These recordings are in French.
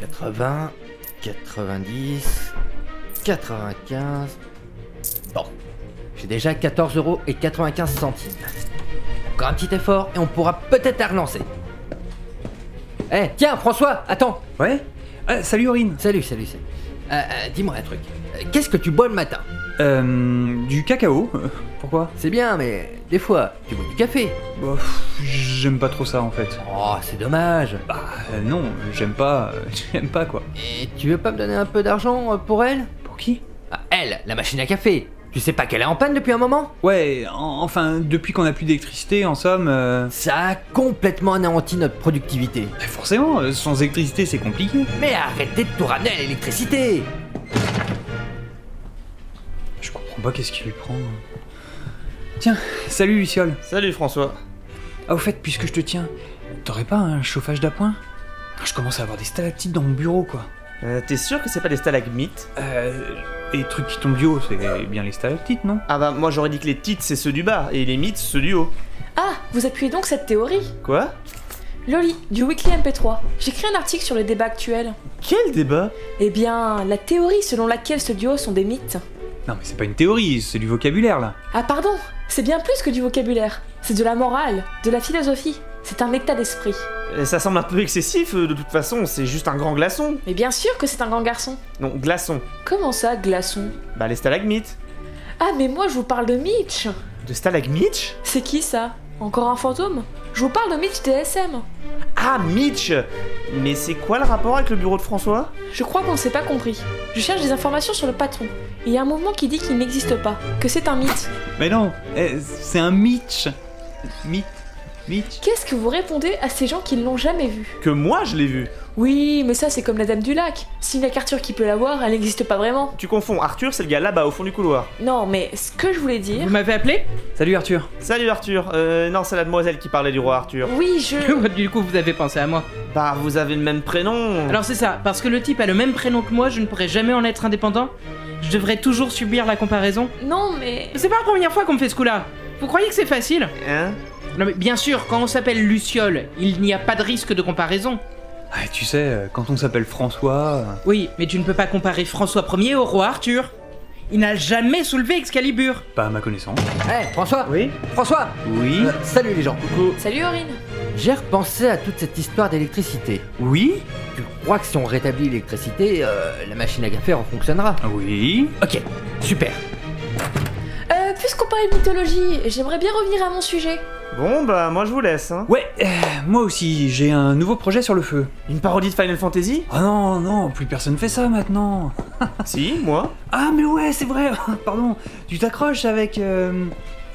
80, 90, 95. Bon, j'ai déjà 14 euros et 95 centimes. Encore un petit effort et on pourra peut-être la relancer. Eh, tiens, François, attends. Ouais Ah, Salut Aurine Salut, salut, salut. Euh, euh, Dis-moi un truc. Euh, Qu'est-ce que tu bois le matin Euh. Du cacao Euh, Pourquoi C'est bien, mais des fois, tu bois du café. Bah, pff, j'aime pas trop ça en fait. Oh, c'est dommage. Bah, euh, non, j'aime pas. euh, J'aime pas quoi. Et tu veux pas me donner un peu d'argent euh, pour elle Pour qui Ah, Elle, la machine à café. Tu sais pas qu'elle est en panne depuis un moment Ouais, en- enfin, depuis qu'on a plus d'électricité, en somme. euh, Ça a complètement anéanti notre productivité. bah, forcément, euh, sans électricité c'est compliqué. Mais arrêtez de tout ramener à l'électricité Je comprends pas qu'est-ce qui lui prend. Tiens, salut Luciole. Salut François. Ah, au fait, puisque je te tiens, t'aurais pas un chauffage d'appoint Ah, Je commence à avoir des stalactites dans mon bureau quoi. Euh, T'es sûr que c'est pas des stalagmites Euh. Les trucs qui tombent du haut, c'est bien les stalactites, non Ah bah moi j'aurais dit que les titres c'est ceux du bas et les mythes ceux du haut. Ah, vous appuyez donc cette théorie Quoi Loli, du Weekly MP3. J'écris un article sur le débat actuel. Quel débat Eh bien, la théorie selon laquelle ce duo sont des mythes. Non, mais c'est pas une théorie, c'est du vocabulaire là. Ah pardon, c'est bien plus que du vocabulaire. C'est de la morale, de la philosophie. C'est un état d'esprit. Euh, Ça semble un peu excessif euh, de toute façon, c'est juste un grand glaçon. Mais bien sûr que c'est un grand garçon. Non, glaçon. Comment ça, glaçon Bah les stalagmites. Ah mais moi je vous parle de Mitch De stalagmites C'est qui ça Encore un fantôme Je vous parle de Mitch DSM. Ah Mitch Mais c'est quoi le rapport avec le bureau de François Je crois qu'on ne s'est pas compris. Je cherche des informations sur le patron. Il y a un mouvement qui dit qu'il n'existe pas, que c'est un mythe. Mais non, eh, c'est un Mitch. Mitch Mitch Qu'est-ce que vous répondez à ces gens qui ne l'ont jamais vu Que moi je l'ai vu. Oui, mais ça c'est comme la dame du lac. Si la qu'Arthur qui peut la voir, elle n'existe pas vraiment. Tu confonds, Arthur c'est le gars là-bas au fond du couloir. Non, mais ce que je voulais dire... Vous m'avez appelé Salut Arthur. Salut Arthur. Euh non c'est la demoiselle qui parlait du roi Arthur. Oui, je... Du coup, vous avez pensé à moi. Bah vous avez le même prénom. Alors c'est ça, parce que le type a le même prénom que moi, je ne pourrais jamais en être indépendant. Je devrais toujours subir la comparaison. Non, mais... C'est pas la première fois qu'on me fait ce coup-là. Vous croyez que c'est facile Hein Non mais bien sûr, quand on s'appelle Luciole, il n'y a pas de risque de comparaison. Ah, tu sais, euh, quand on s'appelle François. euh, Oui, mais tu ne peux pas comparer François Ier au roi Arthur. Il n'a jamais soulevé Excalibur. Pas à ma connaissance. Eh, François Oui François Oui Euh, Salut les gens Coucou. Salut Aurine J'ai repensé à toute cette histoire d'électricité. Oui Tu crois que si on rétablit l'électricité, euh, la machine à café refonctionnera Oui Ok, super Euh, puisqu'on parlait de mythologie, j'aimerais bien revenir à mon sujet. Bon bah moi je vous laisse hein. Ouais, euh, moi aussi, j'ai un nouveau projet sur le feu. Une parodie de Final Fantasy Oh non, non, plus personne fait ça maintenant. Si, moi. Ah, mais ouais, c'est vrai Pardon, tu t'accroches avec. Euh,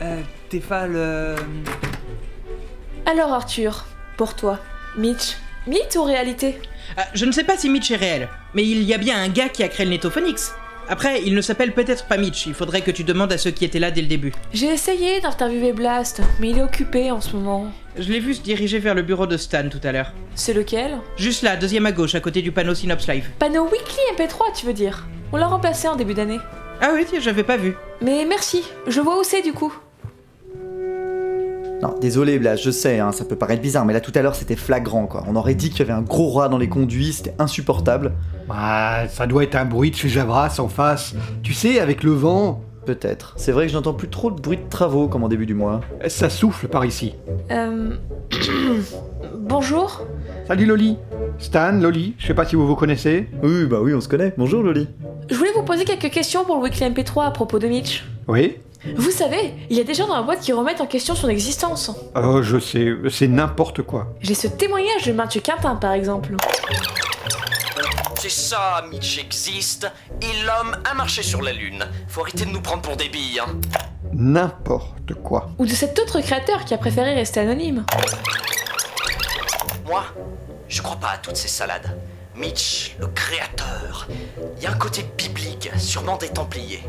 euh, tes phalles, euh, Alors Arthur, pour toi, Mitch, mythe ou réalité Ah, je ne sais pas si Mitch est réel, mais il y a bien un gars qui a créé le Netophonix. Après, il ne s'appelle peut-être pas Mitch, il faudrait que tu demandes à ceux qui étaient là dès le début. J'ai essayé d'interviewer Blast, mais il est occupé en ce moment. Je l'ai vu se diriger vers le bureau de Stan tout à l'heure. C'est lequel Juste là, deuxième à gauche, à côté du panneau Synops Live. Panneau Weekly MP3, tu veux dire On l'a remplacé en début d'année. Ah oui, tiens, j'avais pas vu. Mais merci, je vois où c'est du coup. Non, désolé, là, je sais, hein, ça peut paraître bizarre, mais là tout à l'heure c'était flagrant, quoi. On aurait dit qu'il y avait un gros rat dans les conduits, c'était insupportable. Bah, ça doit être un bruit de chez Javras en face. Tu sais, avec le vent, Peut-être. C'est vrai que je n'entends plus trop de bruit de travaux comme en début du mois. ça souffle par ici. Euh... Bonjour Salut Loli. Stan, Loli, je sais pas si vous vous connaissez. Oui, bah oui, on se connaît. Bonjour, Loli. Je voulais vous poser quelques questions pour le Weekly MP3 à propos de Mitch. Oui Vous savez, il y a des gens dans la boîte qui remettent en question son existence. Oh, je sais, c'est n'importe quoi. J'ai ce témoignage de Mathieu Quintin par exemple. C'est ça, Mitch existe, et l'homme a marché sur la Lune. Faut arrêter de nous prendre pour des billes, hein. N'importe quoi. Ou de cet autre créateur qui a préféré rester anonyme. Moi, je crois pas à toutes ces salades. Mitch, le créateur, il y a un côté biblique, sûrement des Templiers.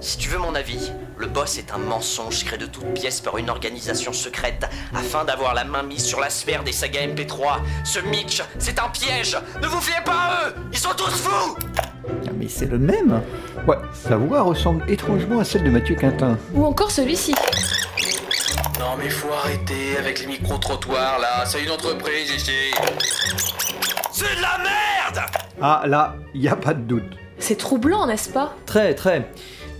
Si tu veux mon avis, le boss est un mensonge créé de toutes pièces par une organisation secrète afin d'avoir la main mise sur la sphère des sagas MP3. Ce Mitch, c'est un piège Ne vous fiez pas à eux Ils sont tous fous Ah, mais c'est le même Ouais, sa voix ressemble étrangement à celle de Mathieu Quintin. Ou encore celui-ci. Non mais faut arrêter avec les micro-trottoirs là, c'est une entreprise ici C'est de la merde Ah là, il a pas de doute. C'est troublant, n'est-ce pas Très, très.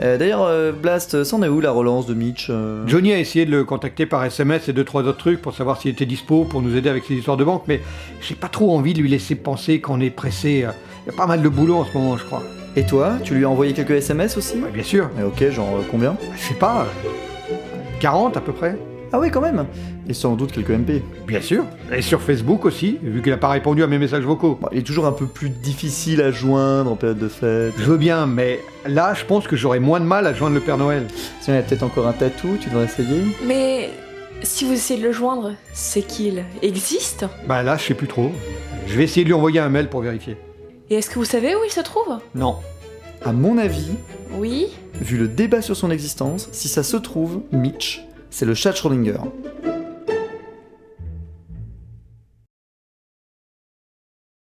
Euh, D'ailleurs, euh, Blast, c'en est où la relance de Mitch euh Johnny a essayé de le contacter par SMS et deux trois autres trucs pour savoir s'il était dispo pour nous aider avec ses histoires de banque, mais j'ai pas trop envie de lui laisser penser qu'on est pressé. euh, Il y a pas mal de boulot en ce moment, je crois. Et toi, tu lui as envoyé quelques SMS aussi Ouais, bien sûr. Eh, Ok, genre euh, combien Je sais pas. euh, 40 à peu près. Ah oui, quand même Et sans doute quelques MP. Bien sûr. Et sur Facebook aussi, vu qu'il a pas répondu à mes messages vocaux. Bon, il est toujours un peu plus difficile à joindre en période de fête. Je veux bien, mais là, je pense que j'aurais moins de mal à joindre le Père Noël. Tiens, il y a peut-être encore un tatou, tu devrais essayer. Mais si vous essayez de le joindre, c'est qu'il existe Bah là, je sais plus trop. Je vais essayer de lui envoyer un mail pour vérifier. Et est-ce que vous savez où il se trouve Non. À mon avis, Oui vu le débat sur son existence, si ça se trouve, Mitch, c'est le chat de Schrödinger.